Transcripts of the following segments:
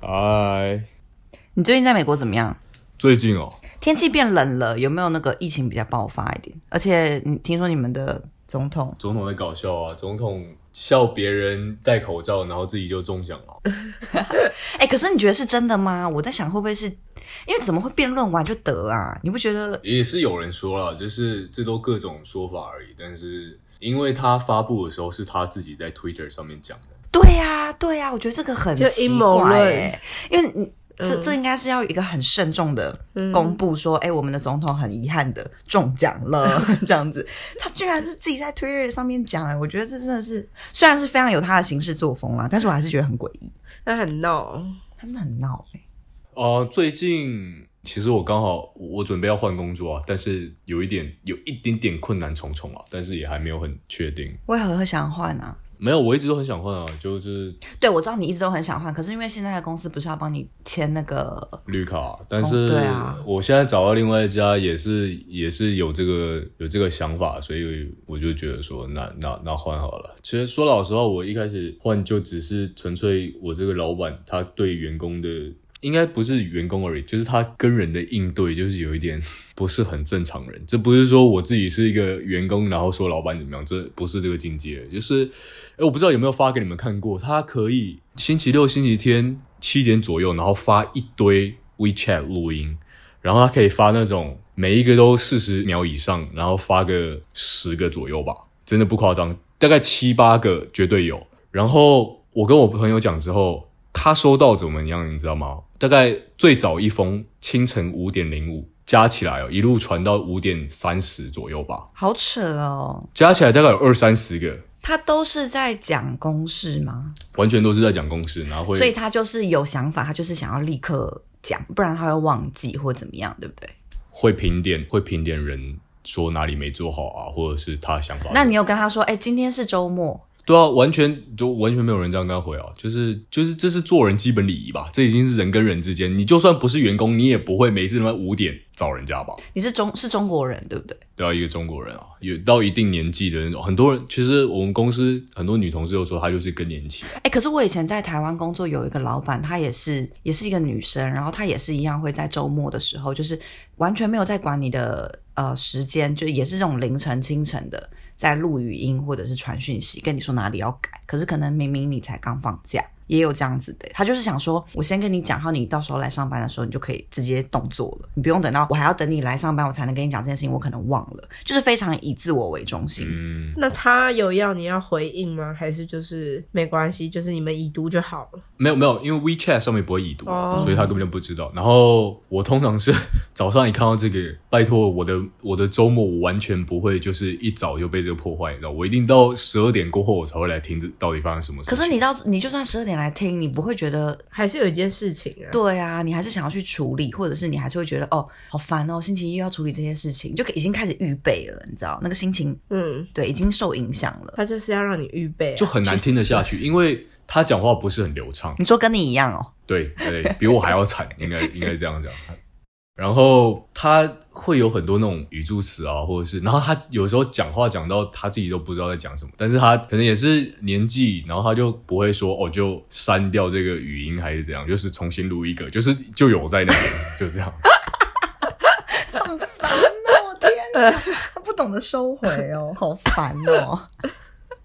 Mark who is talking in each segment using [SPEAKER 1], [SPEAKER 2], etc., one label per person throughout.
[SPEAKER 1] 嗨，
[SPEAKER 2] 你最近在美国怎么样？
[SPEAKER 1] 最近哦，
[SPEAKER 2] 天气变冷了，有没有那个疫情比较爆发一点？而且你听说你们的总统
[SPEAKER 1] 总统在搞笑啊，总统笑别人戴口罩，然后自己就中奖了。
[SPEAKER 2] 哎、可是你觉得是真的吗？我在想会不会是，因为怎么会辩论完就得啊？你不觉得？
[SPEAKER 1] 也是有人说了，就是这都各种说法而已。但是因为他发布的时候是他自己在 Twitter 上面讲的，
[SPEAKER 2] 对呀、对啊呀、我觉得这个很
[SPEAKER 3] 就
[SPEAKER 2] 奇
[SPEAKER 3] 阴谋
[SPEAKER 2] 怪、
[SPEAKER 3] 论
[SPEAKER 2] 欸，因为你。这
[SPEAKER 3] 嗯
[SPEAKER 2] 这应该是要有一个很慎重的公布说，哎、我们的总统很遗憾的中奖 了，这样子。他居然是自己在 Twitter 上面讲，哎，我觉得这真的是，虽然是非常有他的行事作风啦，但是我还是觉得很诡异，
[SPEAKER 3] 那很闹，
[SPEAKER 2] 他真的很闹、哎。
[SPEAKER 1] 呃，最近其实我刚好我准备要换工作啊，但是有一点有一点点困难重重啊，但是也还没有很确定。
[SPEAKER 2] 为何会想换啊？
[SPEAKER 1] 没有，我一直都很想换啊，就是
[SPEAKER 2] 对，我知道你一直都很想换，可是因为现在的公司不是要帮你签那个，
[SPEAKER 1] 绿卡，但是
[SPEAKER 2] 对啊
[SPEAKER 1] 我现在找到另外一家也是也是有这个有这个想法，所以我就觉得说那那那换好了。其实说老实话，我一开始换就只是纯粹我这个老板他对员工的。应该不是员工而已，就是他跟人的应对，就是有一点 不是很正常人。这不是说我自己是一个员工，然后说老板怎么样，这不是这个境界。就是，哎，我不知道有没有发给你们看过，他可以星期六、星期天七点左右，然后发一堆 WeChat 录音，然后他可以发那种每一个都四十秒以上，然后发个十个左右吧，真的不夸张，大概七八个绝对有。然后我跟我朋友讲之后，他收到怎么样，你知道吗？大概最早一封清晨五点零五，加起来哦，一路传到五点三十左右吧，
[SPEAKER 2] 好扯哦，
[SPEAKER 1] 加起来大概有二三十个，
[SPEAKER 2] 他都是在讲公事吗？
[SPEAKER 1] 完全都是在讲公事，然后会
[SPEAKER 2] 所以他就是有想法，他就是想要立刻讲，不然他会忘记或怎么样，对不对？
[SPEAKER 1] 会评点会评点人说哪里没做好啊，或者是他想法。
[SPEAKER 2] 那你有跟他说，哎、今天是周末，
[SPEAKER 1] 对啊，完全就完全没有人这样跟他回啊，就是就是这是做人基本礼仪吧，这已经是人跟人之间，你就算不是员工，你也不会每次他妈五点找人家吧。
[SPEAKER 2] 你是中是中国人，对不对？
[SPEAKER 1] 对啊，一个中国人啊，有到一定年纪的那种，很多人其实我们公司很多女同事都说她就是更年期啊、
[SPEAKER 2] 哎、可是我以前在台湾工作，有一个老板，她也是也是一个女生，然后她也是一样会在周末的时候，就是完全没有在管你的呃时间，就也是这种凌晨清晨的，在录语音或者是传讯息，跟你说哪里要改。可是可能明明你才刚放假，也有这样子的，他就是想说，我先跟你讲好，你到时候来上班的时候，你就可以直接动作了，你不用等到我还要等你来上班，我才能跟你讲这件事情，我可能忘了，就是非常以自我为中心。
[SPEAKER 1] 嗯，
[SPEAKER 3] 那他有要你要回应吗？还是就是没关系，就是你们已读就好了？
[SPEAKER 1] 没有没有，因为 WeChat 上面不会已读啊、
[SPEAKER 3] 哦
[SPEAKER 1] 所以他根本就不知道。然后我通常是早上一看到这个，拜托我的我的周末我完全不会就是一早就被这个破坏，你知道，我一定到十二点过后我才会来听这到底发生什么事
[SPEAKER 2] 可
[SPEAKER 1] 情。
[SPEAKER 2] 是你到你就算十二点来听，你不会觉得
[SPEAKER 3] 还是有一件事情啊？
[SPEAKER 2] 对啊，你还是想要去处理，或者是你还是会觉得哦，好烦哦，星期一又要处理这些事情，就已经开始预备了，你知道那个心情，
[SPEAKER 3] 嗯，
[SPEAKER 2] 对，已经受影响了。
[SPEAKER 3] 他就是要让你预备、啊，
[SPEAKER 1] 就很难听得下去，因为他讲话不是很流畅。
[SPEAKER 2] 你说跟你一样哦，
[SPEAKER 1] 对对， 比我还要惨，应该应该这样讲。然后他会有很多那种语助词啊，或者是，然后他有时候讲话讲到他自己都不知道在讲什么，但是他可能也是年纪，然后他就不会说哦，就删掉这个语音还是怎样，就是重新录一个，就是就有在那边，就这样。
[SPEAKER 2] 烦哦，我天哪，他不懂得收回哦，好烦 哦。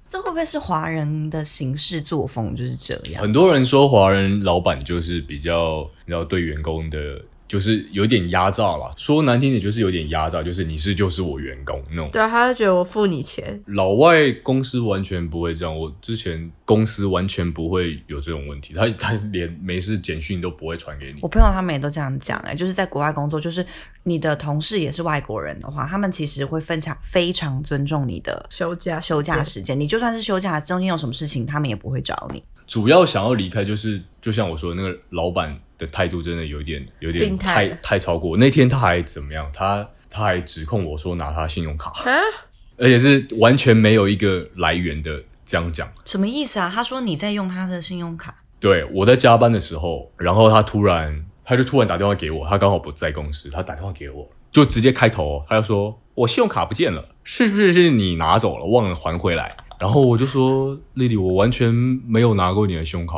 [SPEAKER 2] 这会不会是华人的行事作风就是这样？
[SPEAKER 1] 很多人说华人老板就是比较，你知道对员工的，就是有点压榨啦，说难听点就是有点压榨，就是你是就是我员工那种。
[SPEAKER 3] 对啊，他就觉得我付你钱，
[SPEAKER 1] 老外公司完全不会这样，我之前公司完全不会有这种问题，
[SPEAKER 3] 嗯
[SPEAKER 1] 他他连没事简讯都不会传给你
[SPEAKER 2] 我。朋友他们也都这样讲哎、就是在国外工作，就是你的同事也是外国人的话，他们其实会非常非常尊重你的
[SPEAKER 3] 休假时间
[SPEAKER 2] 休假时间，你就算是休假，中间有什么事情，他们也不会找你。
[SPEAKER 1] 主要想要离开就是，就像我说的那个老板的态度真的有点有点
[SPEAKER 3] 病态
[SPEAKER 1] 太太超过。那天他还怎么样？他他还指控我说拿他信用卡，
[SPEAKER 3] 啊，
[SPEAKER 1] 而且是完全没有一个来源的这样讲。
[SPEAKER 2] 什么意思啊？他说你在用他的信用卡，
[SPEAKER 1] 对，我在加班的时候，然后他突然，他就突然打电话给我，他刚好不在公司，他打电话给我，就直接开头，他就说我信用卡不见了，是不是是你拿走了，忘了还回来？然后我就说丽丽，我完全没有拿过你的信用卡，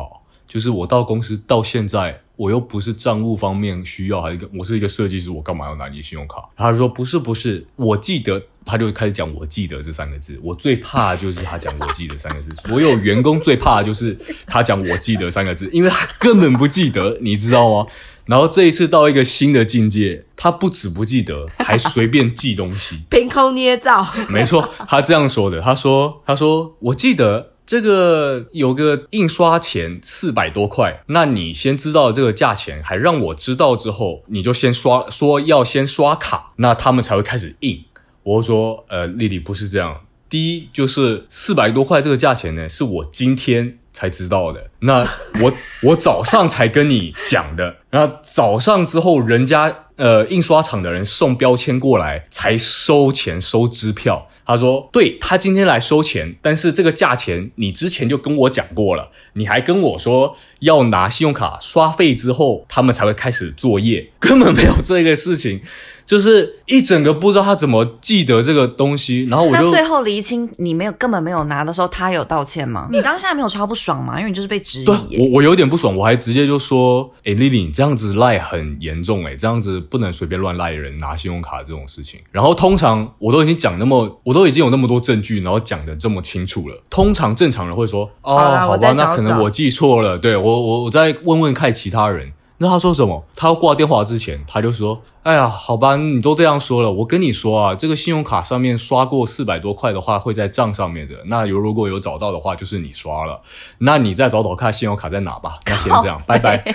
[SPEAKER 1] 就是我到公司到现在，我又不是账务方面需要，还是一个我是一个设计师，我干嘛要拿你的信用卡？然后他就说不是不是，我记得。他就开始讲“我记得”这三个字，我最怕就是他讲“我记得”三个字。 所有员工最怕的就是他讲“我记得”三个字，因为他根本不记得，你知道吗？然后这一次到一个新的境界，他不止不记得，还随便记东西。
[SPEAKER 3] 凭空捏造，
[SPEAKER 1] 没错，他这样说的。他说：“他说我记得这个有个印刷钱四百多块，那你先知道这个价钱，还让我知道之后，你就先刷，说要先刷卡，那他们才会开始印。”我就说：“呃，丽丽不是这样。第一就是四百多块这个价钱呢，是我今天才知道的。那我 我早上才跟你讲的，然后早上之后人家呃印刷厂的人送标签过来才收钱收支票。他说，对他今天来收钱，但是这个价钱你之前就跟我讲过了，你还跟我说要拿信用卡刷费之后，他们才会开始作业，根本没有这个事情。就是一整个不知道他怎么记得这个东西，然后我
[SPEAKER 2] 那
[SPEAKER 1] 就
[SPEAKER 2] 最后厘清你没有根本没有拿的时候，他有道歉吗？你当下没有超不爽吗？因为你就是被质
[SPEAKER 1] 对啊
[SPEAKER 2] 疑耶、
[SPEAKER 1] 我我有点不爽，我还直接就说，哎、丽丽，你这样子赖很严重、欸，哎，这样子不能随便乱赖人拿信用卡这种事情。然后通常我都已经讲那么，我都已经有那么多证据，然后讲的这么清楚了，通常正常人会说，哦，
[SPEAKER 3] 好啦
[SPEAKER 1] 好吧，
[SPEAKER 3] 我再
[SPEAKER 1] 那
[SPEAKER 3] 找
[SPEAKER 1] 可能
[SPEAKER 3] 找
[SPEAKER 1] 我记错了，对我我我再问问看其他人。那他说什么？他要挂电话之前，他就说：“哎呀，好吧，你都这样说了，我跟你说啊，这个信用卡上面啊刷过四百多块的话，会在账上面的。那有如果有找到的话，就是你刷了。那你再找找看信用卡在哪 吧。那先这样，拜拜。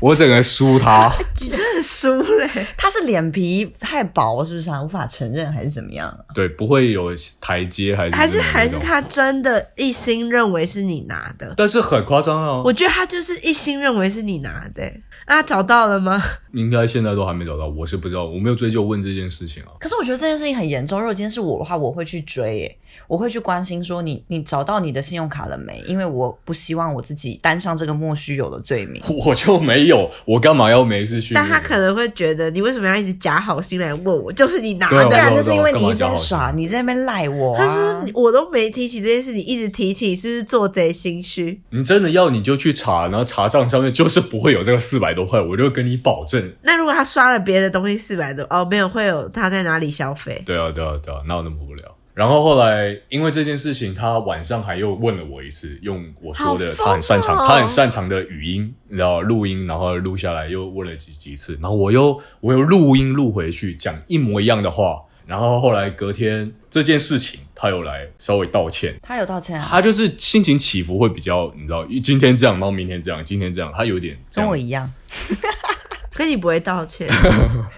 [SPEAKER 1] 我整个输他，
[SPEAKER 3] 你真的输嘞！
[SPEAKER 2] 他是脸皮太薄，是不是啊？无法承认还是怎么样啊？
[SPEAKER 1] 对，不会有台阶还是
[SPEAKER 3] 还是
[SPEAKER 1] 什么那
[SPEAKER 3] 还是
[SPEAKER 1] 种，
[SPEAKER 3] 他真的一心认为是你拿的？
[SPEAKER 1] 但是很夸张啊。
[SPEAKER 3] 我觉得他就是一心认为是你拿的、啊，找到了吗？
[SPEAKER 1] 应该现在都还没找到，我是不知道，我没有追究问这件事情啊。
[SPEAKER 2] 可是我觉得这件事情很严重。如果今天是我的话，我会去追、耶，我会去关心说你你找到你的信用卡了没？因为我不希望我自己担上这个莫须有的罪名。
[SPEAKER 1] 我就没有，我干嘛要没事去？
[SPEAKER 3] 但他可能会觉得你为什么要一直假好心来问我？就是你拿的
[SPEAKER 1] 对
[SPEAKER 2] 对
[SPEAKER 1] 啊
[SPEAKER 3] 啊。
[SPEAKER 2] 啊，
[SPEAKER 1] 我
[SPEAKER 2] 那
[SPEAKER 1] 知道
[SPEAKER 2] 是因为
[SPEAKER 1] 干
[SPEAKER 2] 你
[SPEAKER 1] 嘛
[SPEAKER 2] 一直
[SPEAKER 1] 讲
[SPEAKER 2] 在
[SPEAKER 1] 好心
[SPEAKER 2] 耍，你在那边赖我、啊。
[SPEAKER 3] 他说你我都没提起这件事，你一直提起，是不是做贼心虚？
[SPEAKER 1] 你真的要你就去查，然后查账上面就是不会有这个四百多块，我就跟你保证。
[SPEAKER 3] 那如果他刷了别的东西四百多，哦，没有，会有他在哪里消费？
[SPEAKER 1] 对啊，对啊，对啊，哪有那么无聊？然后后来因为这件事情，他晚上还又问了我一次，用我说的
[SPEAKER 3] 好疯
[SPEAKER 1] 他很擅长，
[SPEAKER 3] 哦
[SPEAKER 1] 他很擅长的语音，然后录音，然后录下来又问了几几次，然后我又我又录音录回去讲一模一样的话。然后后来隔天这件事情，他又来稍微道歉，
[SPEAKER 2] 他有道歉啊，
[SPEAKER 1] 他就是心情起伏会比较，你知道，今天这样，然后明天这样，今天这样，他有点这
[SPEAKER 2] 跟
[SPEAKER 1] 样
[SPEAKER 2] 我一样。
[SPEAKER 3] 可你不会道歉，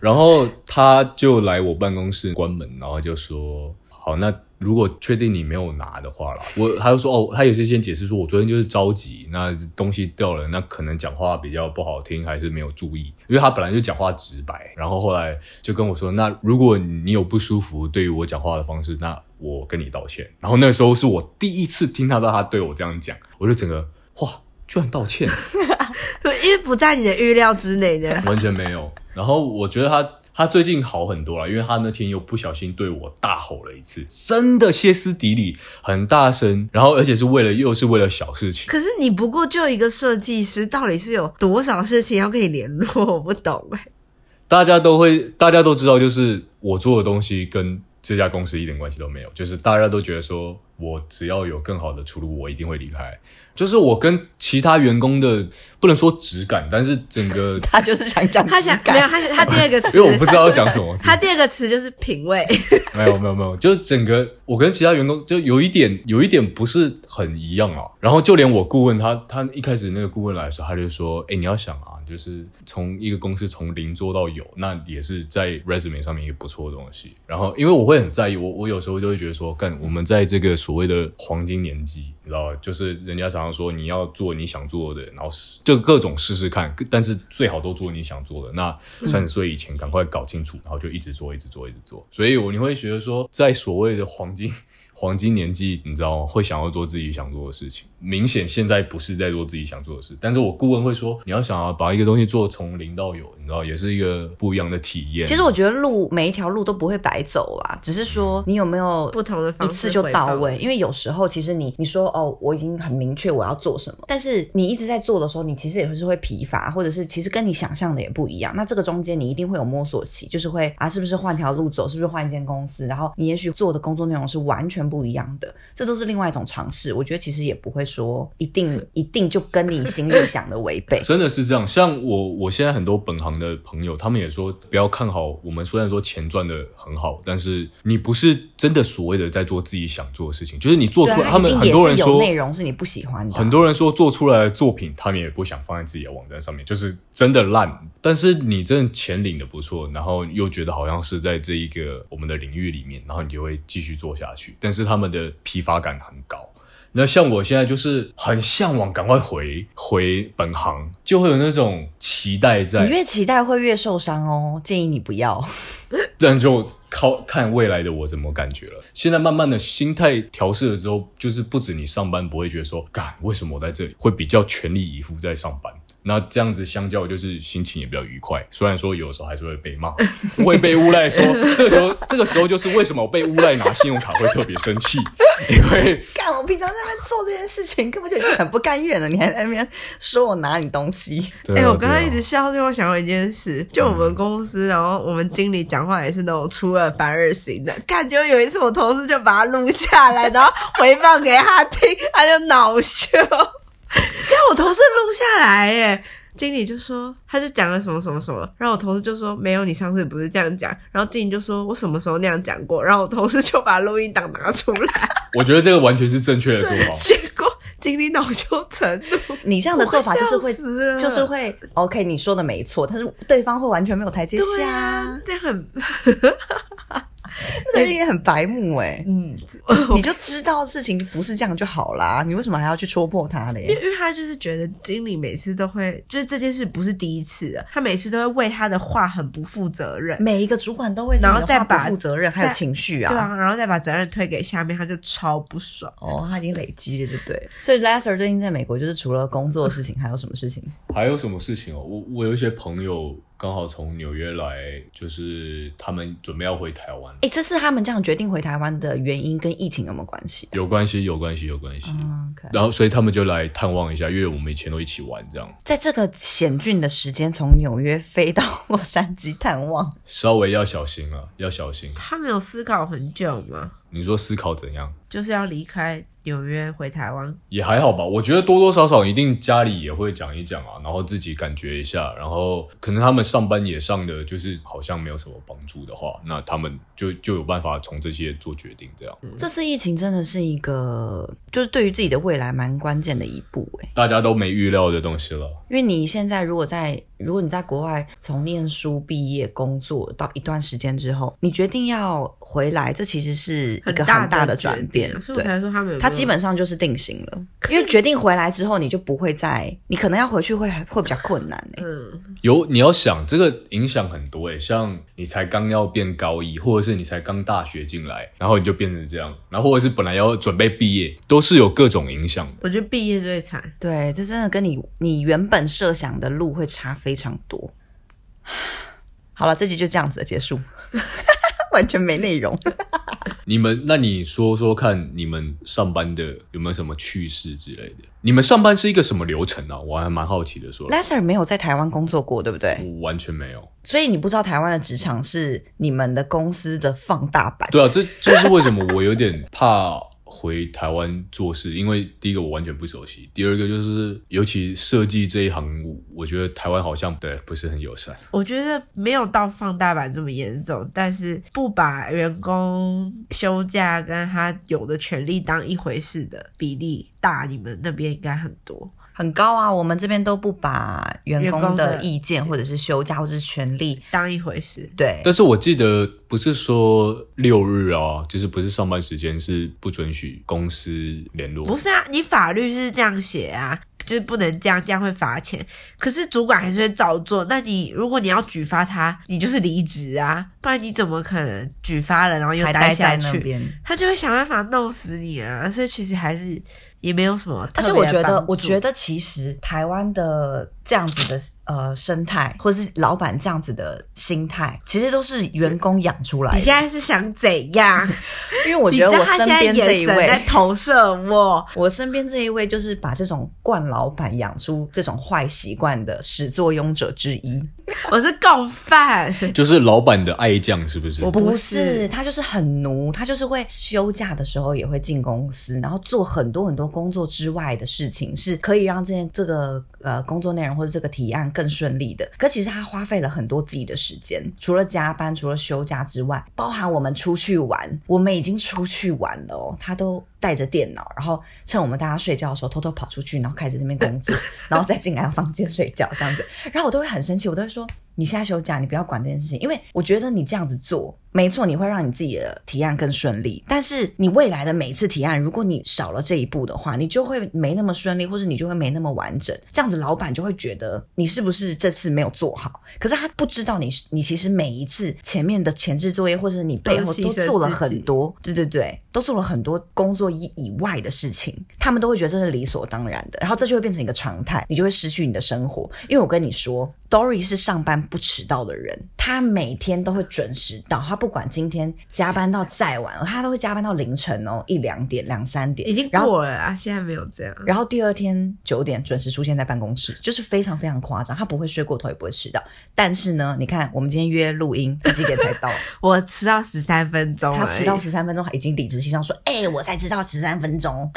[SPEAKER 1] 然后他就来我办公室关门，然后就说：“好，那如果确定你没有拿的话啦，我他就说哦，他也是先解释说我昨天就是着急，那东西掉了，那可能讲话比较不好听，还是没有注意，因为他本来就讲话直白，然后后来就跟我说，那如果你有不舒服对于我讲话的方式，那我跟你道歉。然后那时候是我第一次听到他对我这样讲，我就整个哇，居然道歉。”
[SPEAKER 3] 因为不在你的预料之内的。
[SPEAKER 1] 完全没有。然后我觉得他他最近好很多了，因为他那天又不小心对我大吼了一次，真的歇斯底里，很大声，然后而且是为了又是为了小事情。
[SPEAKER 3] 可是你不过就一个设计师，到底是有多少事情要跟你联络？我不懂哎、
[SPEAKER 1] 大家都会，大家都知道，就是我做的东西跟这家公司一点关系都没有，就是大家都觉得说我只要有更好的出路，我一定会离开。就是我跟其他员工的不能说质感，但是整个
[SPEAKER 2] 他就是想讲
[SPEAKER 3] 他想
[SPEAKER 2] 质感
[SPEAKER 3] 没有，他他第二个词，
[SPEAKER 1] 因为我不知道要讲什么，
[SPEAKER 3] 他第二个词就是品味，
[SPEAKER 1] 没有没有没有，就是整个我跟其他员工就有一点有一点不是很一样啊。然后就连我顾问他他一开始那个顾问来的时候，他就说：“哎、你要想啊，就是从一个公司从零做到有，那也是在 resume 上面一个不错的东西。”然后因为我会很在意，我我有时候就会觉得说，干我们在这个所谓的黄金年纪，你知道吧，就是人家常常说你要做你想做的，然后试就各种试试看，但是最好都做你想做的。那
[SPEAKER 2] 嗯
[SPEAKER 1] 三十岁以前赶快搞清楚，然后就一直做，一直做，一直做。所以我你会觉得说，在所谓的黄金 黄金年纪，你知道吗？会想要做自己想做的事情。明显现在不是在做自己想做的事，但是我顾问会说，你要想要把一个东西做从零到有，你知道，也是一个不一样的体验。
[SPEAKER 2] 其实我觉得路每一条路都不会白走啦，只是
[SPEAKER 1] 嗯
[SPEAKER 2] 说你有没有
[SPEAKER 3] 不同的方
[SPEAKER 2] 一
[SPEAKER 3] 式
[SPEAKER 2] 次就到
[SPEAKER 3] 回
[SPEAKER 2] 位。因为有时候其实你你说哦，我已经很明确我要做什么，但是你一直在做的时候，你其实也是会疲乏，或者是其实跟你想象的也不一样。那这个中间你一定会有摸索期，就是会啊，是不是换条路走，是不是换一间公司，然后你也许做的工作内容是完全不一样的，这都是另外一种尝试。我觉得其实也不会说一定 一定就跟你心里想的违背。
[SPEAKER 1] 真的是这样，像我，我现在很多本行的朋友，他们也说不要看好我们。虽然说钱赚的很好，但是你不是真的所谓的在做自己想做的事情，就是你做
[SPEAKER 2] 对啊
[SPEAKER 1] 出来。
[SPEAKER 2] 它
[SPEAKER 1] 他们
[SPEAKER 2] 一定
[SPEAKER 1] 很
[SPEAKER 2] 也
[SPEAKER 1] 多
[SPEAKER 2] 是
[SPEAKER 1] 人
[SPEAKER 2] 有
[SPEAKER 1] 说
[SPEAKER 2] 内容是你不喜欢的啊
[SPEAKER 1] 很多人说做出来的作品，他们也不想放在自己的网站上面，就是真的烂。但是你真的钱领的不错，然后又觉得好像是在这一个我们的领域里面，然后你就会继续做下去。但是他们的疲乏感很高。那像我现在就是很向往，赶快回回本行，就会有那种期待在
[SPEAKER 2] 你。越期待会越受伤哦，建议你不 要。
[SPEAKER 1] 这样就靠看未来的我怎么感觉了。现在慢慢的心态调试了之后，就是不止你上班不会觉得说，干为什么我在这里，会比较全力以赴在上班。那这样子相较就是心情也比较愉快，虽然说有时候还是会被 骂，会被诬赖说这个时候这个时候就是为什么我被诬赖拿信用卡会特别生气，因为
[SPEAKER 2] 干，我平常在那边做这件事情，根本就已经很不甘愿了，你还在那边说我拿你东 西，
[SPEAKER 1] 对
[SPEAKER 3] 哎、
[SPEAKER 1] 啊嗯
[SPEAKER 3] 我刚刚
[SPEAKER 1] 对啊
[SPEAKER 3] 一直笑，就我想到一件事，就我们公司，然后我们经理讲话也是那种出尔反尔型的。感觉有一次我同事就把他录下来，然后回放给他听，他就恼羞。让我同事录下来耶，经理就说他就讲了什么什么什么，然后我同事就说没有，你上次不是这样讲。然后经理就说我什么时候那样讲过？然后我同事就把录音档拿出来，
[SPEAKER 1] 我觉得这个完全是正确的做法。
[SPEAKER 3] 结果经理恼羞成怒。
[SPEAKER 2] 你这样的做法就是
[SPEAKER 3] 我
[SPEAKER 2] 会
[SPEAKER 3] 快笑死了
[SPEAKER 2] 就是会哦 OK，你说的没错，但是对方会完全没有台阶
[SPEAKER 3] 对
[SPEAKER 2] 下，
[SPEAKER 3] 啊，这很
[SPEAKER 2] 那个人也很白目 哎、
[SPEAKER 3] 嗯，
[SPEAKER 2] 你就知道事情不是这样就好啦，你为什么还要去戳破他
[SPEAKER 3] 因
[SPEAKER 2] 嘞？
[SPEAKER 3] 为因为他就是觉得经理每次都会，就是这件事不是第一次的，他每次都会为他的话很不负责任，
[SPEAKER 2] 每一个主管都会，
[SPEAKER 3] 然后再把
[SPEAKER 2] 不负责任，还有
[SPEAKER 3] 再
[SPEAKER 2] 情绪
[SPEAKER 3] 对啊，然后再把责任推给下面，他就超不爽。
[SPEAKER 2] 哦，他已经累积了，就对。所以 Lasser 最近在美国，就是除了工作的事情，还有什么事情？
[SPEAKER 1] 还有什么事情哦？我我有一些朋友刚好从纽约来，就是他们准备要回台湾，
[SPEAKER 2] 哎，这是他们这样决定回台湾的原因，跟疫情有没有关系、
[SPEAKER 1] 有关系，有关系，有关系。
[SPEAKER 2] 嗯，OK。
[SPEAKER 1] 然后，所以他们就来探望一下，因为我们以前都一起玩，这样
[SPEAKER 2] 在这个险峻的时间，从纽约飞到洛杉矶探望，
[SPEAKER 1] 稍微要小心啊，要小心。
[SPEAKER 3] 他没有思考很久吗？
[SPEAKER 1] 你说思考怎样？
[SPEAKER 3] 就是要离开纽约回台湾，
[SPEAKER 1] 也还好吧，我觉得多多少少一定家里也会讲一讲啊，然后自己感觉一下，然后可能他们上班也上的就是好像没有什么帮助的话，那他们就就有办法从这些做决定，这样
[SPEAKER 2] 这次疫情真的是一个，就是对于自己的未来蛮关键的一步哎、
[SPEAKER 1] 大家都没预料的东西了。
[SPEAKER 2] 因为你现在如果在，如果你在国外从念书、毕业、工作到一段时间之后，你决定要回来，这其实是一个
[SPEAKER 3] 大
[SPEAKER 2] 很大
[SPEAKER 3] 的
[SPEAKER 2] 的转
[SPEAKER 3] 决定啊
[SPEAKER 2] 变
[SPEAKER 3] 所以我
[SPEAKER 2] 对。
[SPEAKER 3] 才说他们有没有
[SPEAKER 2] 它基本上就是定型了，因为决定回来之后，你就不会再，你可能要回去会会比较困难哎、
[SPEAKER 3] 嗯，
[SPEAKER 1] 有你要想这个影响很多诶、欸像你才刚要变高一，或者是你才刚大学进来，然后你就变成这样，然后或者是本来要准备毕业，都是有各种影响的。
[SPEAKER 3] 我觉得毕业最惨。
[SPEAKER 2] 对，这真的跟你你原本设想的路会差非常多。好了，这集就这样子了结束， 完全没内 容。
[SPEAKER 1] 你们，那你说说看，你们上班的有没有什么趣事之类的？你们上班是一个什么流程啊？我还蛮好奇的说，
[SPEAKER 2] Lasser 没有在台湾工作过，对不对？
[SPEAKER 1] 我完全没有。
[SPEAKER 2] 所以你不知道台湾的职场是你们的公司的放大版。
[SPEAKER 1] 对啊，这就是为什么我有点怕回台湾做事，因为第一个我完全不熟悉，第二个就是尤其设计这一行，我我觉得台湾好像对不是很友善。
[SPEAKER 3] 我觉得没有到放大版这么严重，但是不把员工休假跟他有的权利当一回事的比例大，你们那边应该很多。
[SPEAKER 2] 很高啊！我们这边都不把员
[SPEAKER 3] 员
[SPEAKER 2] 工
[SPEAKER 3] 工的
[SPEAKER 2] 的意见，或者是休假，或者是权利，
[SPEAKER 3] 当一回事。
[SPEAKER 2] 对，
[SPEAKER 1] 但是我记得不是说六日啊，就是不是上班时间是不准许公司联络，
[SPEAKER 3] 不是啊，你法律是这样写啊，就是不能这样，这样会罚钱。可是主管还是会照做。那你如果你要举发他，你就是离职啊，不然你怎么可能举发了然后又
[SPEAKER 2] 还
[SPEAKER 3] 待
[SPEAKER 2] 待在
[SPEAKER 3] 下
[SPEAKER 2] 那
[SPEAKER 3] 去？
[SPEAKER 2] 边。
[SPEAKER 3] 他就会想办法弄死你啊！所以其实还是也没有什么特
[SPEAKER 2] 但
[SPEAKER 3] 别
[SPEAKER 2] 是我觉
[SPEAKER 3] 的帮助。
[SPEAKER 2] 得，我觉得其实台湾的这样子的呃生态，或是老板这样子的心态，其实都是员工养出来的。
[SPEAKER 3] 你现在是想怎样？
[SPEAKER 2] 因 为我
[SPEAKER 3] 你
[SPEAKER 2] 觉
[SPEAKER 3] 知
[SPEAKER 2] 得
[SPEAKER 3] 道
[SPEAKER 2] 我
[SPEAKER 3] 他
[SPEAKER 2] 身
[SPEAKER 3] 现在
[SPEAKER 2] 边这一
[SPEAKER 3] 眼神在
[SPEAKER 2] 位，
[SPEAKER 3] 投射我。
[SPEAKER 2] 我身边这一位就是把这种惯老板养出这种坏习惯的始作俑者之一。
[SPEAKER 3] 我是共犯，
[SPEAKER 1] 就是老板的爱将是不是
[SPEAKER 3] 我？不
[SPEAKER 2] 不
[SPEAKER 3] 是
[SPEAKER 2] 是，他就是很奴，他就是会休假的时候也会进公司，然后做很多很多工作之外的事情，是可以让这件这个呃工作内容或者这个提案更顺利的。可其实他花费了很多自己的时间，除了加班，除了休假之外，包含我们出去玩，我们已经出去玩了哦，他都。带着电脑，然后趁我们大家睡觉的时候偷偷跑出去，然后开始在那边工 作，然后再进来房间睡觉这样子。然后我都会很生气，我都会说你现在休假，你不要管这件事情，因为我觉得你这样子做，没错，你会让你自己的提案更顺利，但是你未来的每一次提案，如果你少了这一步的话，你就会没那么顺利，或是你就会没那么完整。这样子，老板就会觉得你是不是这次没有做好？可是他不知道你是，你其实每一次前面的前置作业，或者你背后
[SPEAKER 3] 都是
[SPEAKER 2] 都
[SPEAKER 3] 牺牲
[SPEAKER 2] 做了
[SPEAKER 3] 自己
[SPEAKER 2] 很多，对对对，都做了很多工作以以外的事情，他们都会觉得这是理所当然的，然后这就会变成一个常态，你就会失去你的生活。因为我跟你说，Dory 是上班不迟到的人，他每天都会准时到，他不管今天加班到再晚，他都会加班到凌晨哦，一两点、两三点，
[SPEAKER 3] 已经
[SPEAKER 2] 然后
[SPEAKER 3] 过了啊，现在没有这样。
[SPEAKER 2] 然后第二天九点准时出现在办公室，就是非常非常夸张。他不会睡过头，也不会迟到。但是呢，你看我们今天约录音，他几点才到？
[SPEAKER 3] 我迟到十三分钟而已，
[SPEAKER 2] 他迟到十三分钟，还已经理直气壮说：“哎、我才迟到十三分钟。”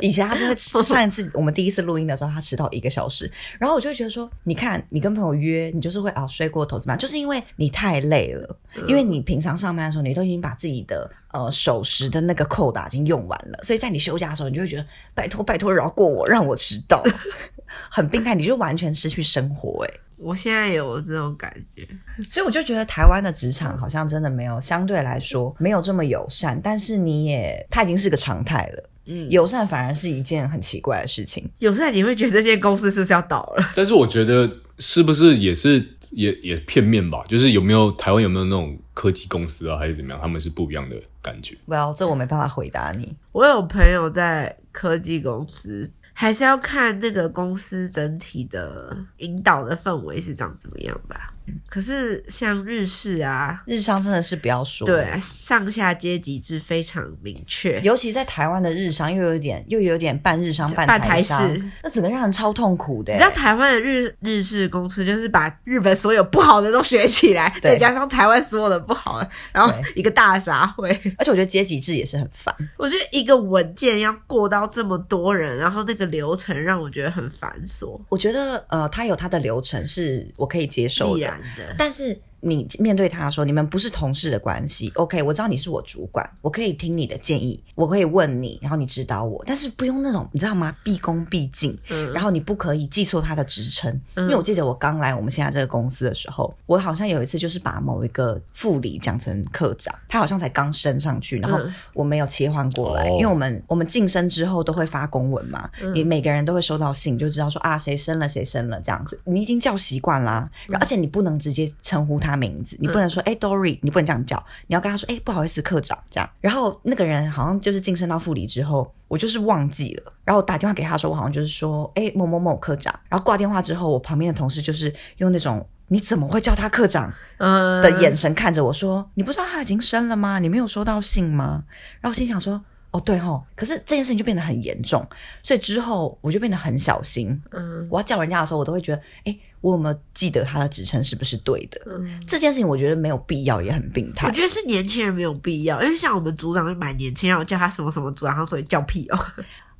[SPEAKER 2] 以前他就会迟上一次我们第一次录音的时候，他迟到一个小时，然后我就会觉得说，你看你跟朋友约，你就是会啊睡过头怎么样？就是因为你太累了，因为你平常上班的时候，你都已经把自己的呃守时的那个扣打已经用完了，所以在你休假的时候，你就会觉得拜托拜托饶过我，让我迟到， 很病态，你就完全失去生活哎、
[SPEAKER 3] 我现在有这种感觉。
[SPEAKER 2] 所以我就觉得台湾的职场好像真的没有相对来说没有这么友善，但是你也它已经是个常态了。
[SPEAKER 3] 嗯，
[SPEAKER 2] 友善反而是一件很奇怪的事情。
[SPEAKER 3] 有时候你会觉得这间公司是不是要倒了？
[SPEAKER 1] 但是我觉得是不是也是也也片面吧？就是有没有台湾有没有那种科技公司啊，还是怎么样？他们是不一样的感觉。
[SPEAKER 2] Well，这我没办法回答你。
[SPEAKER 3] 我有朋友在科技公司，还是要看那个公司整体的引导的氛围是长怎么样吧。
[SPEAKER 2] 嗯
[SPEAKER 3] 可是像日式啊，
[SPEAKER 2] 日商真的是不要说，
[SPEAKER 3] 对，上下阶级制非常明确，
[SPEAKER 2] 尤其在台湾的日商又有点又有点半日商
[SPEAKER 3] 半
[SPEAKER 2] 台
[SPEAKER 3] 式。
[SPEAKER 2] 商，那整个让人超痛苦的欸
[SPEAKER 3] 你知。道台湾的日日式公司就是把日本所有不好的都学起来，
[SPEAKER 2] 对
[SPEAKER 3] 再加上台湾所有的不好的，然后
[SPEAKER 2] 对
[SPEAKER 3] 一个大杂烩。
[SPEAKER 2] 而且我觉得阶级制也是很烦。
[SPEAKER 3] 我觉得一个文件要过到这么多人，然后那个流程让我觉得很繁琐，
[SPEAKER 2] 我觉得呃，它有它的流程是我可以接受
[SPEAKER 3] 必
[SPEAKER 2] 的，
[SPEAKER 3] 然的。
[SPEAKER 2] 但是你面对他说，你们不是同事的关系，OK，我知道你是我主管，我可以听你的建议，我可以问你，然后你指导我，但是不用那种你知道吗？毕恭毕敬，
[SPEAKER 3] 嗯
[SPEAKER 2] 然后你不可以记错他的职称，
[SPEAKER 3] 嗯
[SPEAKER 2] 因为我记得我刚来我们现在这个公司的时候，我好像有一次就是把某一个副理讲成科长，他好像才刚升上去，然后
[SPEAKER 3] 嗯
[SPEAKER 2] 我没有切换过来，
[SPEAKER 1] 哦
[SPEAKER 2] 因为我们我们晋升之后都会发公文嘛，你每个人都会收到信，就知道说啊谁升了谁升了这样子，你已经叫习惯啦、然后而且你不能直接称呼他名字，你不能说哎、Dory，你不能这样叫，你要跟他说哎、不好意思科长这样，然后那个人好像就是晋升到副理之后。我就是忘记了，然后我打电话给他的时候，我好像就是说，哎、某某某科长。然后挂电话之后，我旁边的同事就是用那种你怎么会叫他科长
[SPEAKER 3] 嗯
[SPEAKER 2] 的眼神看着我说：“你不知道他已经生了吗？你没有收到信吗？”然后我心想说：“哦，对吼。”可是这件事情就变得很严重，所以之后我就变得很小心。
[SPEAKER 3] 嗯
[SPEAKER 2] 我要叫人家的时候，我都会觉得：“哎，我有没有记得他的职称是不是对的
[SPEAKER 3] 嗯，？”
[SPEAKER 2] 这件事情我觉得没有必要，也很病
[SPEAKER 3] 我
[SPEAKER 2] 态。
[SPEAKER 3] 觉得是年轻人没有必要，因为像我们组长就蛮年轻，让我叫他什么什么组长，他说你叫屁哦。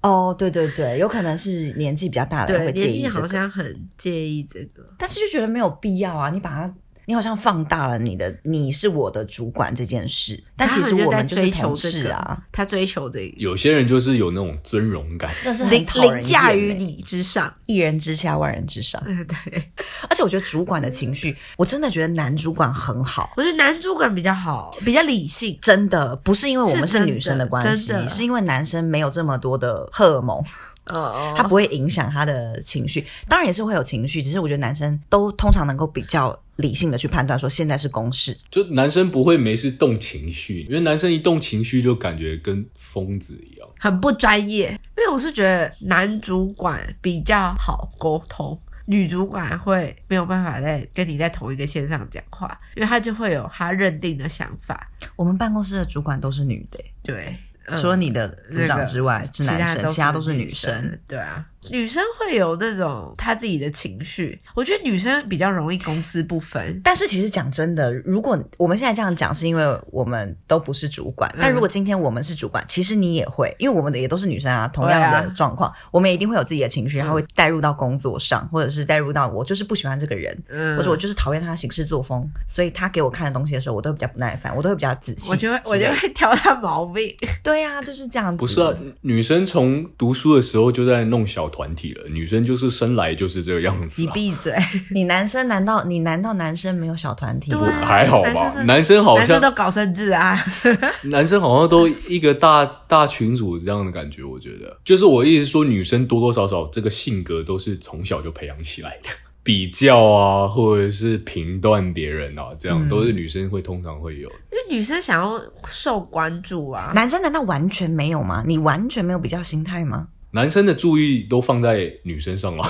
[SPEAKER 2] 哦，对对对，有可能是年纪比较大的人
[SPEAKER 3] 对，
[SPEAKER 2] 会介
[SPEAKER 3] 年
[SPEAKER 2] 意
[SPEAKER 3] 轻人
[SPEAKER 2] 这
[SPEAKER 3] 好
[SPEAKER 2] 个，
[SPEAKER 3] 像很介意这个。
[SPEAKER 2] 但是就觉得没有必要啊！你把他。你好像放大了你的你是我的主管这件事，但
[SPEAKER 3] 他
[SPEAKER 2] 其实
[SPEAKER 3] 好像
[SPEAKER 2] 我
[SPEAKER 3] 在
[SPEAKER 2] 们就是
[SPEAKER 3] 追求
[SPEAKER 2] 同
[SPEAKER 3] 这
[SPEAKER 2] 事
[SPEAKER 3] 个
[SPEAKER 2] 啊，，
[SPEAKER 3] 他追求这个，
[SPEAKER 1] 有些人就是有那种尊荣感，
[SPEAKER 2] 这是
[SPEAKER 3] 凌
[SPEAKER 2] 很讨人
[SPEAKER 3] 凌驾
[SPEAKER 2] 厌
[SPEAKER 3] 于
[SPEAKER 2] 欸
[SPEAKER 3] 你之上。
[SPEAKER 2] 一人之下，万人之上。
[SPEAKER 3] 对对，
[SPEAKER 2] 而且我觉得主管的情绪，我真的觉得男主管很好，
[SPEAKER 3] 我觉得男主管比较好，比较理性。
[SPEAKER 2] 真的不是因为我们
[SPEAKER 3] 是
[SPEAKER 2] 是
[SPEAKER 3] 真的
[SPEAKER 2] 女生关系
[SPEAKER 3] 真，的
[SPEAKER 2] 是因为男生没有这么多的荷尔蒙，
[SPEAKER 3] 哦哦，
[SPEAKER 2] 他不会影响他的情绪，当然也是会有情绪，只是我觉得男生都通常能够比较理性的去判断说现在是公事，
[SPEAKER 1] 就男生不会没事动情绪，因为男生一动情绪就感觉跟疯子一样。
[SPEAKER 3] 很不专业。因为我是觉得男主管比较好沟通，女主管会没有办法在跟你在同一个线上讲话，因为她就会有她认定的想法。
[SPEAKER 2] 我们办公室的主管都是女的、欸
[SPEAKER 3] 对，嗯
[SPEAKER 2] 除了你的组长之外、是男生，其他都是
[SPEAKER 3] 女
[SPEAKER 2] 女生。。
[SPEAKER 3] 对啊，女生会有那种她自己的情绪，我觉得女生比较容易公私不分。
[SPEAKER 2] 但是其实讲真的，如果我们现在这样讲，是因为我们都不是主管。
[SPEAKER 3] 嗯
[SPEAKER 2] 但如果今天我们是主管，其实你也会，因为我们的也都是女生啊，同样的
[SPEAKER 3] 对啊
[SPEAKER 2] 状况，我们也一定会有自己的情绪，然后会带入到工作上，或者是带入到我就是不喜欢这个人，
[SPEAKER 3] 嗯，
[SPEAKER 2] 或者我就是讨厌他的行事作风，所以他给我看的东西的时候，我都会比较不耐烦，我都会比较仔细
[SPEAKER 3] 我
[SPEAKER 2] 之
[SPEAKER 3] 就
[SPEAKER 2] 类
[SPEAKER 3] 会
[SPEAKER 2] 的。
[SPEAKER 3] 我就会挑她毛病。
[SPEAKER 2] 对啊，就是这样子。
[SPEAKER 1] 不是啊，女生从读书的时候就在弄小团体了，女生就是生来就是这个样子、
[SPEAKER 3] 你
[SPEAKER 1] 啊。
[SPEAKER 3] 闭嘴！
[SPEAKER 2] 你男生难道你难道男生没有小团体吗？
[SPEAKER 3] 对啊
[SPEAKER 1] 还好吧
[SPEAKER 3] 男生
[SPEAKER 1] 男生好
[SPEAKER 3] 男生
[SPEAKER 1] 像
[SPEAKER 3] 都搞政治啊，
[SPEAKER 1] 男生好像都一个大大群组这样的感觉，我觉得就是我一直说，女生多多少少这个性格都是从小就培养起来的， 比较啊，或者是评断别人啊，这样、
[SPEAKER 2] 嗯
[SPEAKER 1] 都是女生会通常会有。
[SPEAKER 3] 因为女生想要受关注啊。
[SPEAKER 2] 男生难道完全没有吗？你完全没有比较心态吗？
[SPEAKER 1] 男生的注意都放在女生上了，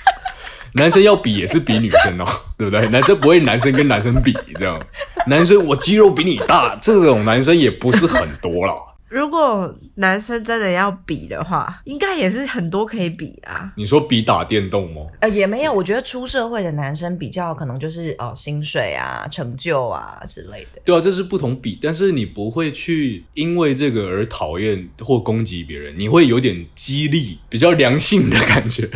[SPEAKER 1] 男生要比也是比女生哦，对不对？男生不会男生跟男生比这样，男生我肌肉比你大，这种男生也不是很多啦。
[SPEAKER 3] 如果男生真的要比的话，应该也是很多可以比啊。
[SPEAKER 1] 你说比打电动哦吗？
[SPEAKER 2] 呃，也没有，我觉得出社会的男生比较可能就是哦，薪水啊、成就啊之类 的。
[SPEAKER 1] 对啊，这是不同比，但是你不会去因为这个而讨厌或攻击别人，你会有点激励，比较良性的感觉。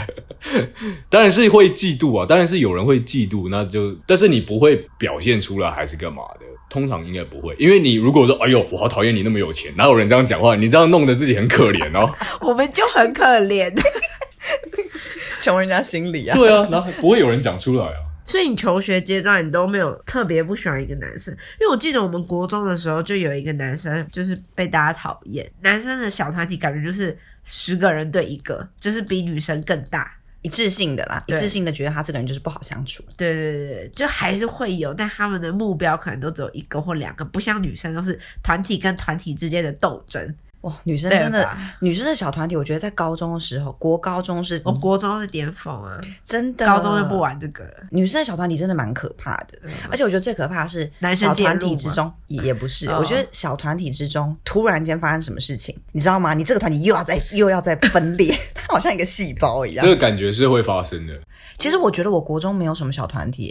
[SPEAKER 1] 当然是会嫉妒啊，当然是有人会嫉妒，那就但是你不会表现出来还是干嘛的，通常应该不会，因为你如果说哎呦我好讨厌你那么有钱，哪有人这样讲话？你这样弄得自己很可怜哦。
[SPEAKER 3] 我们就很可怜，
[SPEAKER 2] 穷人家心 里！
[SPEAKER 1] 对啊，那不会有人讲出来啊。
[SPEAKER 3] 所以你求学阶段你都没有特别不喜欢一个男生，因为我记得我们国中的时候就有一个男生就是被大家讨厌，男生的小团体感觉就是十个人对一个，就是比女生更大。
[SPEAKER 2] 一致性的啦，一
[SPEAKER 3] 对
[SPEAKER 2] 致性的觉得他这个人就是不好相处。
[SPEAKER 3] 对对对，就还是会有，但他们的目标可能都只有一个或两个，不像女生都是团体跟团体之间的斗争。
[SPEAKER 2] 哇，女生
[SPEAKER 3] 对
[SPEAKER 2] 真的
[SPEAKER 3] 吧，
[SPEAKER 2] 啊女生的小团体，我觉得在高中的时候，国高中是
[SPEAKER 3] 我哦国中是巅峰啊，
[SPEAKER 2] 真的，
[SPEAKER 3] 高中就不。玩这个了。
[SPEAKER 2] 女生的小团体真的蛮可怕的，
[SPEAKER 3] 嗯
[SPEAKER 2] 而且我觉得最可怕的是
[SPEAKER 3] 男生
[SPEAKER 2] 小团
[SPEAKER 3] 介入
[SPEAKER 2] 体之
[SPEAKER 3] 吗
[SPEAKER 2] 中也也不是，
[SPEAKER 3] 哦
[SPEAKER 2] 我觉得小团体之中突然间发生什么事情，你知道吗？你这个团体又要再又要再分裂， 它好像一个细胞一样
[SPEAKER 1] 这。个感觉是会发生的，
[SPEAKER 2] 其实我觉得我国中没有什么小团体、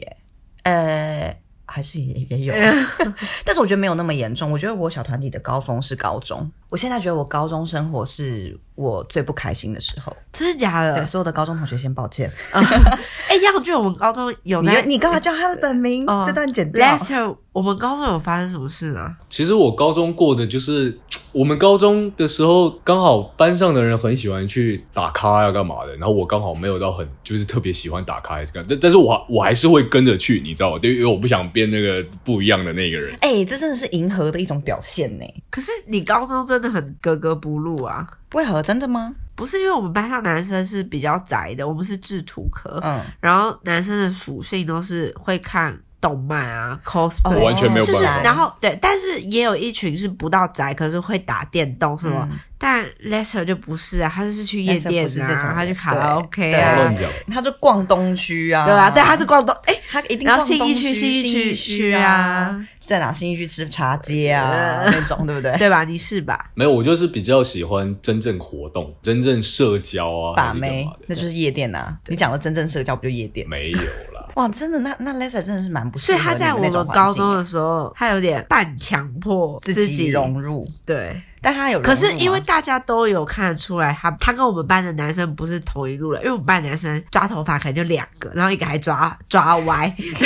[SPEAKER 2] 欸，呃，还是也也有，
[SPEAKER 3] 嗯
[SPEAKER 2] 但是我觉得没有那么严重。我觉得我小团体的高峰是高中，我现在觉得我高中生活是我最不开心的时候。
[SPEAKER 3] 真的假
[SPEAKER 2] 对
[SPEAKER 3] 的？
[SPEAKER 2] 所有的高中同学先抱歉，
[SPEAKER 3] 哎、要俊，我们高中有
[SPEAKER 2] 你
[SPEAKER 3] 在
[SPEAKER 2] 你干嘛叫他的本名？
[SPEAKER 3] 哦
[SPEAKER 2] 这段剪掉。
[SPEAKER 3] Lester，我们高中有发生什么事啊？
[SPEAKER 1] 其实我高中过的就是，我们高中的时候刚好班上的人很喜欢去打咖呀干嘛的，然后我刚好没有到很就是特别喜欢打咖还是干，但但是我我还是会跟着去，你知道吗？对，因为我不想变那个不一样的那个人。
[SPEAKER 2] 哎、这真的是迎合的一种表现呢、
[SPEAKER 3] 可是你高中真的很格格不入啊！
[SPEAKER 2] 为何真的吗？
[SPEAKER 3] 不是因为我们班上男生是比较宅的，我们是制图科，
[SPEAKER 2] 嗯，
[SPEAKER 3] 然后男生的属性都是会看动漫啊、cosplay，、
[SPEAKER 1] 我完全没有
[SPEAKER 3] 就
[SPEAKER 1] 办法
[SPEAKER 2] 哦
[SPEAKER 3] 是
[SPEAKER 2] 就是
[SPEAKER 3] 然后对，但是也有一群是不到宅，可是会打电动什么。
[SPEAKER 2] 嗯
[SPEAKER 3] 但 Lester 就不是啊，他就是去夜
[SPEAKER 2] Lester
[SPEAKER 3] 店
[SPEAKER 2] 不是这种
[SPEAKER 3] 啊，
[SPEAKER 2] 人
[SPEAKER 3] 他去卡拉 OK
[SPEAKER 1] 不要
[SPEAKER 3] 啊
[SPEAKER 1] 乱，讲，
[SPEAKER 2] 他就逛东区啊，
[SPEAKER 3] 对吧、对，他是逛东，哎、
[SPEAKER 2] 他一定
[SPEAKER 3] 然
[SPEAKER 2] 逛
[SPEAKER 3] 后
[SPEAKER 2] 东区。
[SPEAKER 3] 信义区、
[SPEAKER 2] 信
[SPEAKER 3] 信义区
[SPEAKER 2] 啊，
[SPEAKER 3] 啊，
[SPEAKER 2] 在哪新义区吃茶街啊
[SPEAKER 3] 呃
[SPEAKER 2] 那种，对不对？
[SPEAKER 3] 对吧？你是 吧？
[SPEAKER 1] 没有，我就是比较喜欢真正活动、真正社交啊，
[SPEAKER 2] 把
[SPEAKER 1] 还是干
[SPEAKER 2] 妹
[SPEAKER 1] 嘛，
[SPEAKER 2] 那
[SPEAKER 1] 的
[SPEAKER 2] 就是夜店呐、啊。你讲的真正社交不就夜店？
[SPEAKER 1] 没有 啦。
[SPEAKER 2] 哇，真的，那那 Lester 真的是蛮不适
[SPEAKER 3] 所以
[SPEAKER 2] 合
[SPEAKER 3] 他在
[SPEAKER 2] 你
[SPEAKER 3] 我
[SPEAKER 2] 们那种
[SPEAKER 3] 们
[SPEAKER 2] 环
[SPEAKER 3] 高
[SPEAKER 2] 境
[SPEAKER 3] 中的时候，他有点半强迫
[SPEAKER 2] 自己
[SPEAKER 3] 己
[SPEAKER 2] 融入，
[SPEAKER 3] 对，
[SPEAKER 2] 但他有融入
[SPEAKER 3] 可
[SPEAKER 2] 吗，
[SPEAKER 3] 是因为大家都有看得出来他，他跟我们班的男生不是同一路人，因为我们班的男生抓头发可能就两个，然后一个还抓抓歪，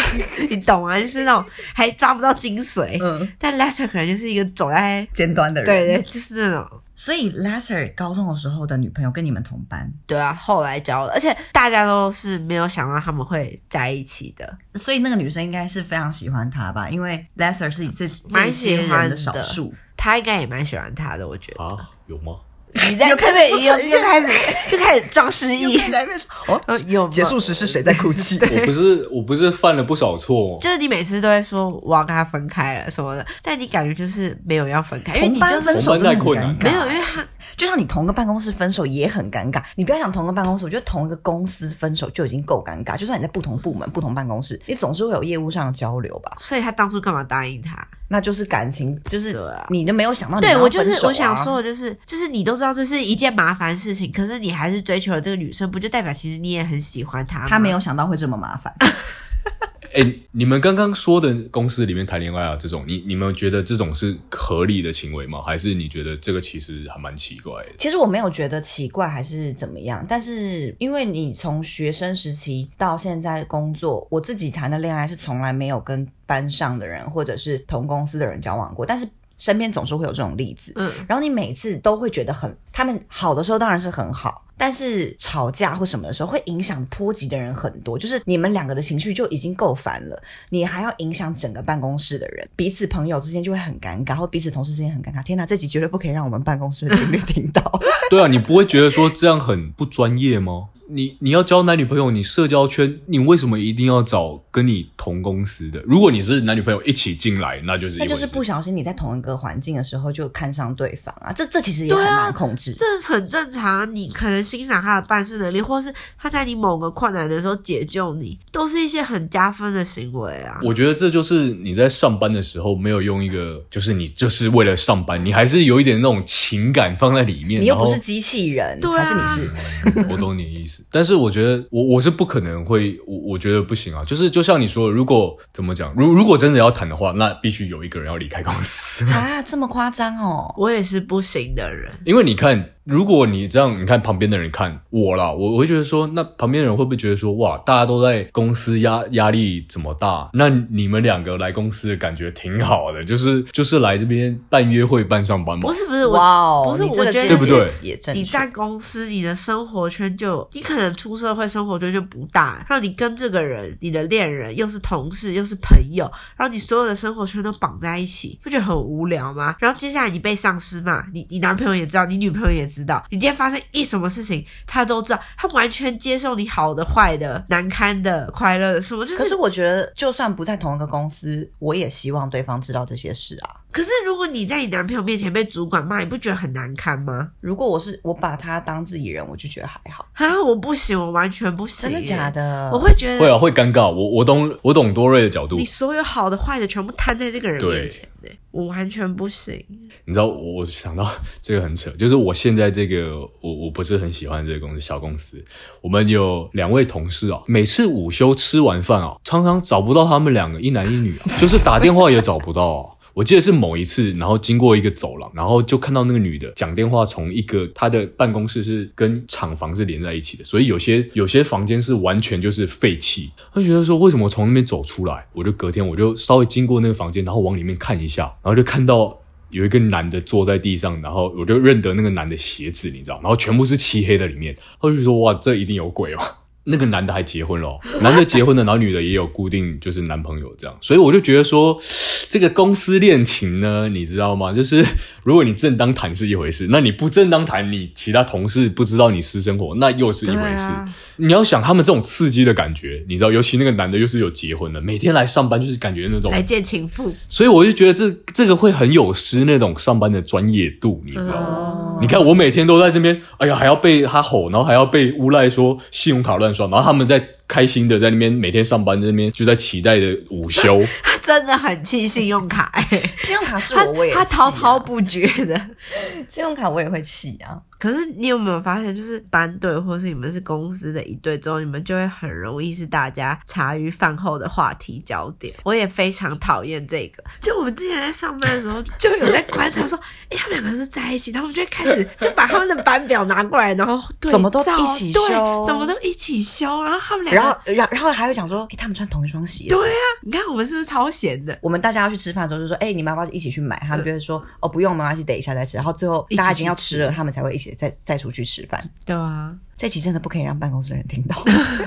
[SPEAKER 3] 你懂吗？就是那种还抓不到精髓。
[SPEAKER 2] 嗯
[SPEAKER 3] 但 Lester 可能就是一个走在
[SPEAKER 2] 尖端的人，
[SPEAKER 3] 对对，就是那种
[SPEAKER 2] 所以 Lester 高中的时候的女朋友跟你们同班，
[SPEAKER 3] 对啊，后来教的，而且大家都是没有想到他们会在一起的，
[SPEAKER 2] 所以那个女生应该是非常喜欢他吧？因为 Lester 是这
[SPEAKER 3] 蛮
[SPEAKER 2] 这些
[SPEAKER 3] 喜欢
[SPEAKER 2] 人的
[SPEAKER 3] 的
[SPEAKER 2] 少数。
[SPEAKER 3] 他应该也蛮喜欢他的，我觉得。
[SPEAKER 1] 啊，有吗？
[SPEAKER 2] 你在
[SPEAKER 3] 又开始不
[SPEAKER 2] 对，又
[SPEAKER 3] 承认
[SPEAKER 2] 又开始又开始装失忆，
[SPEAKER 3] 在那边说 哦，
[SPEAKER 2] 呃有
[SPEAKER 4] 结束时是谁在哭 泣？
[SPEAKER 1] 我不是我不是犯了不少错哦吗？
[SPEAKER 3] 就是你每次都会说我要跟他分开了什么的，但你感觉就是没有要分开，因为
[SPEAKER 2] 同
[SPEAKER 3] 你就
[SPEAKER 2] 班
[SPEAKER 3] 是
[SPEAKER 2] 分手真的很
[SPEAKER 1] 同班太
[SPEAKER 2] 尴
[SPEAKER 1] 困
[SPEAKER 2] 尬，
[SPEAKER 1] 难
[SPEAKER 3] 没有，因为他
[SPEAKER 2] 就像你同个办公室分手也很尴尬，你不要想同个办公室，我觉得同一个公司分手就已经够尴尬。就算你在不同部门、不同办公室，你总是会有业务上的交流吧？
[SPEAKER 3] 所以他当初干嘛答应他？
[SPEAKER 2] 那就是感情，就是
[SPEAKER 3] 对啊
[SPEAKER 2] 你都没有想到你
[SPEAKER 3] 对
[SPEAKER 2] 要
[SPEAKER 3] 我就
[SPEAKER 2] 分
[SPEAKER 3] 是
[SPEAKER 2] 手啊
[SPEAKER 3] 我想说，的就是就是你都知道这是一件麻烦事情，可是你还是追求了这个女生，不就代表其实你也很喜欢她吗？
[SPEAKER 2] 他没有想到会这么麻烦。
[SPEAKER 1] 哎、你们刚刚说的公司里面谈恋爱啊，这种你你们觉得这种是合理的行为吗？还是你觉得这个其实还蛮奇怪的？
[SPEAKER 2] 其实我没有觉得奇怪还是怎么样，但是因为你从学生时期到现在工作，我自己谈的恋爱是从来没有跟班上的人或者是同公司的人交往过，但是身边总是会有这种例子。
[SPEAKER 3] 嗯，
[SPEAKER 2] 然后你每次都会觉得很，他们好的时候当然是很好，但是吵架或什么的时候会影响波及的人很多，就是你们两个的情绪就已经够烦了，你还要影响整个办公室的人，彼此朋友之间就会很尴尬，或彼此同事之间很尴尬。天哪，这集绝对不可以让我们办公室的情侣听到。
[SPEAKER 1] 对啊，你不会觉得说这样很不专业吗？你你要交男女朋友，你社交圈，你为什么一定要找跟你同公司的？如果你是男女朋友一起进来，那就是一
[SPEAKER 2] 那
[SPEAKER 1] 回
[SPEAKER 2] 就
[SPEAKER 1] 事
[SPEAKER 2] 是不小心你在同一个环境的时候就看上对方啊，这这其实也
[SPEAKER 3] 对
[SPEAKER 2] 很
[SPEAKER 3] 啊
[SPEAKER 2] 难控制。
[SPEAKER 3] 这很正常。你可能欣赏她的办事能力，或是她在你某个困难的时候解救你，都是一些很加分的行为啊。
[SPEAKER 1] 我觉得这就是你在上班的时候没有用一个，就是你就是为了上班，你还是有一点那种情感放在里面。
[SPEAKER 2] 你又
[SPEAKER 1] 然后
[SPEAKER 2] 不是机器人，
[SPEAKER 3] 对啊
[SPEAKER 2] 还是你是？
[SPEAKER 1] 我懂你的意思，但是我觉得我我是不可能会，我我觉得不行啊。就是就像你说的，如果怎么讲，如如果真的要谈的话，那必须有一个人要离开公司，
[SPEAKER 2] 啊，这么夸张哦？
[SPEAKER 3] 我也是不行的人，
[SPEAKER 1] 因为你看，如果你这样，你看旁边的人看我啦，我我会觉得说，那旁边的人会不会觉得说，哇，大家都在公司压压力这么大，那你们两个来公司的感觉挺好的，就是就是来这边办约会、办上班嘛
[SPEAKER 3] 不。是不是，我
[SPEAKER 2] 哇哦，
[SPEAKER 3] 不是
[SPEAKER 2] 你这
[SPEAKER 3] 我
[SPEAKER 2] 个
[SPEAKER 3] 觉得
[SPEAKER 1] 对
[SPEAKER 2] 见
[SPEAKER 1] 不对
[SPEAKER 2] 解也正确。
[SPEAKER 3] 你在公司，你的生活圈就，你可能出社会，生活圈就不大。然后你跟这个人，你的恋人，又是同事，又是朋友，然后你所有的生活圈都绑在一起，不觉得很无聊吗？然后接下来你被上司骂，你你男朋友也知道，你女朋友也知道，你今天发生一什么事情，他都知道，他完全接受你好的、坏的、难堪的、快乐的什么，就
[SPEAKER 2] 可
[SPEAKER 3] 是
[SPEAKER 2] 是我觉得，就算不在同一个公司，我也希望对方知道这些事啊。
[SPEAKER 3] 可是如果你在你男朋友面前被主管骂，你不觉得很难堪吗？
[SPEAKER 2] 如果我是我把他当自己人，我就觉得还好。
[SPEAKER 3] 啊，我不行，我完全不行，
[SPEAKER 2] 真的假？的？
[SPEAKER 3] 我会觉得
[SPEAKER 1] 会啊，会尴尬。我我懂，我懂多瑞的角度。
[SPEAKER 3] 你所有好的坏的全部摊在这个人
[SPEAKER 1] 对
[SPEAKER 3] 面前呢、我完全不行。
[SPEAKER 1] 你知道我我想到 这个很扯，就是我现在这个我我不是很喜欢这个公司小公司，我们有两位同事啊，每次午休吃完饭啊，常常找不到他们两个一男一女啊， 就是打电话也找不到、啊。我记得是某一次，然后经过一个走廊，然后就看到那个女的讲电话，从一个她的办公室是跟厂房是连在一起的，所以有些有些房间是完全就是废弃。她觉得说为什么从那边走出来，我就隔天我就稍微经过那个房间，然后往里面看一下，然后就看到有一个男的坐在地上，然后我就认得那个男的鞋子，你知道，然后全部是漆黑的里面，他就说哇，这一定有鬼哦。 那个男的还结婚了哦、男的结婚了，然后女的也有固定就是男朋友这样，所以我就觉得说，这个公司恋情呢，你知道吗？就是如果你正当谈是一回事，那你不正当谈，你其他同事不知道你私生活，那又是一回事。
[SPEAKER 3] 对啊
[SPEAKER 1] 你要想他们这种刺激的感觉，你知道，尤其那个男的又是有结婚的，每天来上班就是感觉那种
[SPEAKER 3] 来见情妇，
[SPEAKER 1] 所以我就觉得这这个会很有失那种上班的专业度，你知道吗？
[SPEAKER 3] 哦，
[SPEAKER 1] 你看我每天都在这边，哎呀，还要被他吼，然后还要被诬赖说信用卡乱刷，然后他们在开心的在那边每天上班，在那边就在期待着午休。
[SPEAKER 3] 他真的很气信用卡、 欸，
[SPEAKER 2] 信用卡是
[SPEAKER 3] 他
[SPEAKER 2] 我，我也
[SPEAKER 3] 他
[SPEAKER 2] 气
[SPEAKER 3] 滔
[SPEAKER 2] 啊
[SPEAKER 3] 滔不绝的。
[SPEAKER 2] 信用卡我也会气啊。
[SPEAKER 3] 可是你有没有发现，就是班队或是你们是公司的一队之后，你们就会很容易是大家茶余饭后的话题焦点。我也非常讨厌这个。就我们之前在上班的时候， 就有在观察说，哎、他们两个是不是在一起，然后我们就会开始就把他们的班表拿过来，然后对
[SPEAKER 2] 怎么都
[SPEAKER 3] 照
[SPEAKER 2] 一起
[SPEAKER 3] 对
[SPEAKER 2] 修
[SPEAKER 3] 怎么都一起修，然后他们两个，
[SPEAKER 2] 然后，然然后还会讲说，哎，他们穿同一双鞋。
[SPEAKER 3] 对啊，你看我们是不是超闲的？
[SPEAKER 2] 我们大家要去吃饭的时候，就说：“哎、你们要不要一起去买？”他们就会说：“哦，不用，没关系，等一下再吃。”然后最后
[SPEAKER 3] 一起
[SPEAKER 2] 大家已经要
[SPEAKER 3] 去吃
[SPEAKER 2] 吃了，他们才会一起再再出去吃饭。
[SPEAKER 3] 对啊，
[SPEAKER 2] 这集真的不可以让办公室的人 听到。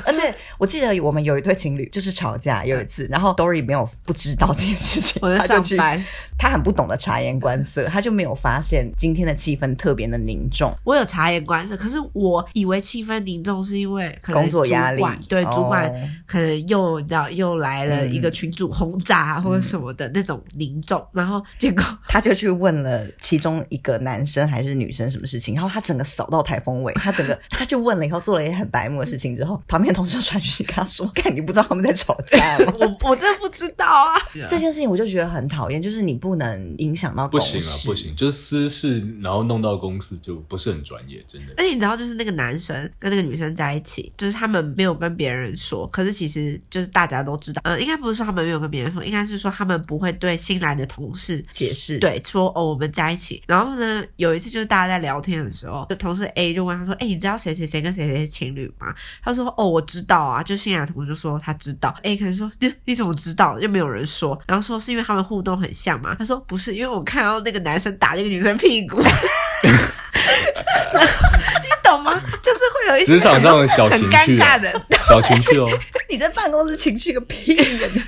[SPEAKER 2] 而且我记得我们有一对情侣就是吵架，有一次，然后 Dory 没有不知道这件事情，
[SPEAKER 3] 我在
[SPEAKER 2] 他就去
[SPEAKER 3] 上班，
[SPEAKER 2] 他很不懂得察言观色，他就没有发现今天的气氛特别的凝重。
[SPEAKER 3] 我有察言观色，可是我以为气氛凝重是因为可能
[SPEAKER 2] 工作压力
[SPEAKER 3] 主管对、
[SPEAKER 2] 哦
[SPEAKER 3] 主管可能又你知道又来了
[SPEAKER 2] 嗯
[SPEAKER 3] 一个群主轰炸或者什么的那种凝重，然后结果？”
[SPEAKER 2] 他就去问了其中一个男生还是女生什么事情，然后他整个扫到台风尾，他整个他就问了以后做了一件很白目的事情之后，旁边同事就传讯息跟他说：“ 看你不知道他们在吵架吗
[SPEAKER 3] 我我真的不知道啊，
[SPEAKER 2] 这件事情我就觉得很讨厌，就是你不能影响到
[SPEAKER 1] 不
[SPEAKER 2] 公事，
[SPEAKER 1] 行啊，不行，就是私事，然后弄到公司就不是很专业，真 的。
[SPEAKER 3] 而且你知道，就是那个男生跟那个女生在一起，就是他们没有跟别人说，可是其实就是大家都知道。呃，应该不是说他们没有跟别人说，应该是说他们不会对新来的同事
[SPEAKER 2] 解释
[SPEAKER 3] 对，说哦我们在一起。然后呢，有一次就是大家在聊天的时候，就同事 A 就问他说：“哎、你知道谁谁谁跟谁谁是情侣吗？”他说：“哦，我知道啊。”就新来的同事就说他知道。A 可能说：“你你怎么知道？”又没有人说。然后说是因为他们互动很像嘛。他说：“不是，因为我看到那个男生打那个女生屁 股。”你懂吗？就是会有一些
[SPEAKER 1] 职场上的小
[SPEAKER 3] 很
[SPEAKER 1] 情
[SPEAKER 3] 尴
[SPEAKER 1] 趣、
[SPEAKER 3] 尬
[SPEAKER 1] 啊，
[SPEAKER 3] 的，
[SPEAKER 1] 小情趣哦。
[SPEAKER 2] 你在办公室情绪个屁呀！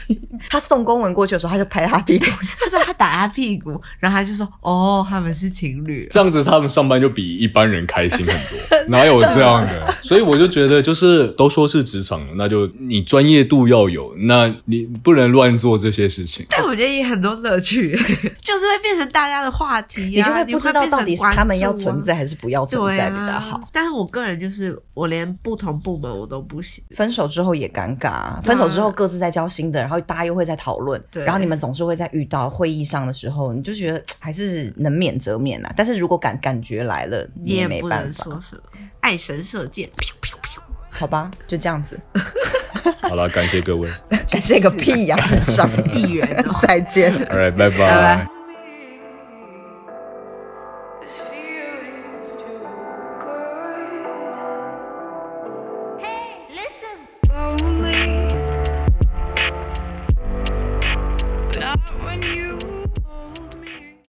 [SPEAKER 2] 你 他送公文过去的时候，他就拍他屁股，
[SPEAKER 3] 他说他打他屁股，然后他就说：“哦，他们是情侣。”
[SPEAKER 1] 这样子他们上班就比一般人开心很 多，哪有这样的？所以我就觉得，就是都说是职场，那就你专业度要有，那你不能乱做这些事情。
[SPEAKER 3] 但我觉得也很多乐趣，就是会变成大家的话题、
[SPEAKER 2] 你
[SPEAKER 3] 啊，
[SPEAKER 2] 就会
[SPEAKER 3] 你
[SPEAKER 2] 不知道
[SPEAKER 3] 变成
[SPEAKER 2] 到底是
[SPEAKER 3] 关注啊
[SPEAKER 2] 他们要存在还是不要存
[SPEAKER 3] 对
[SPEAKER 2] 在
[SPEAKER 3] 啊
[SPEAKER 2] 比较好。。
[SPEAKER 3] 但是我个人就是，我连不同部门我都不行。
[SPEAKER 2] 分手之后也尴尬啊，分手之后各自在交新的，然后大家又会在讨论，
[SPEAKER 3] 对
[SPEAKER 2] 然后你们总是会在遇到会议上的时候，你就觉得嘖还是能免则免啊。但是如果感感觉来了，你
[SPEAKER 3] 你也
[SPEAKER 2] 没
[SPEAKER 3] 不
[SPEAKER 2] 办
[SPEAKER 3] 能
[SPEAKER 2] 法，
[SPEAKER 3] 说什么，爱神射箭，
[SPEAKER 2] 好吧，就这样子。
[SPEAKER 1] 好 了，感谢各位，
[SPEAKER 2] 感谢个屁呀、智障！
[SPEAKER 3] 一元哦。
[SPEAKER 2] 再见。
[SPEAKER 1] all right，拜
[SPEAKER 3] 拜拜
[SPEAKER 1] 拜。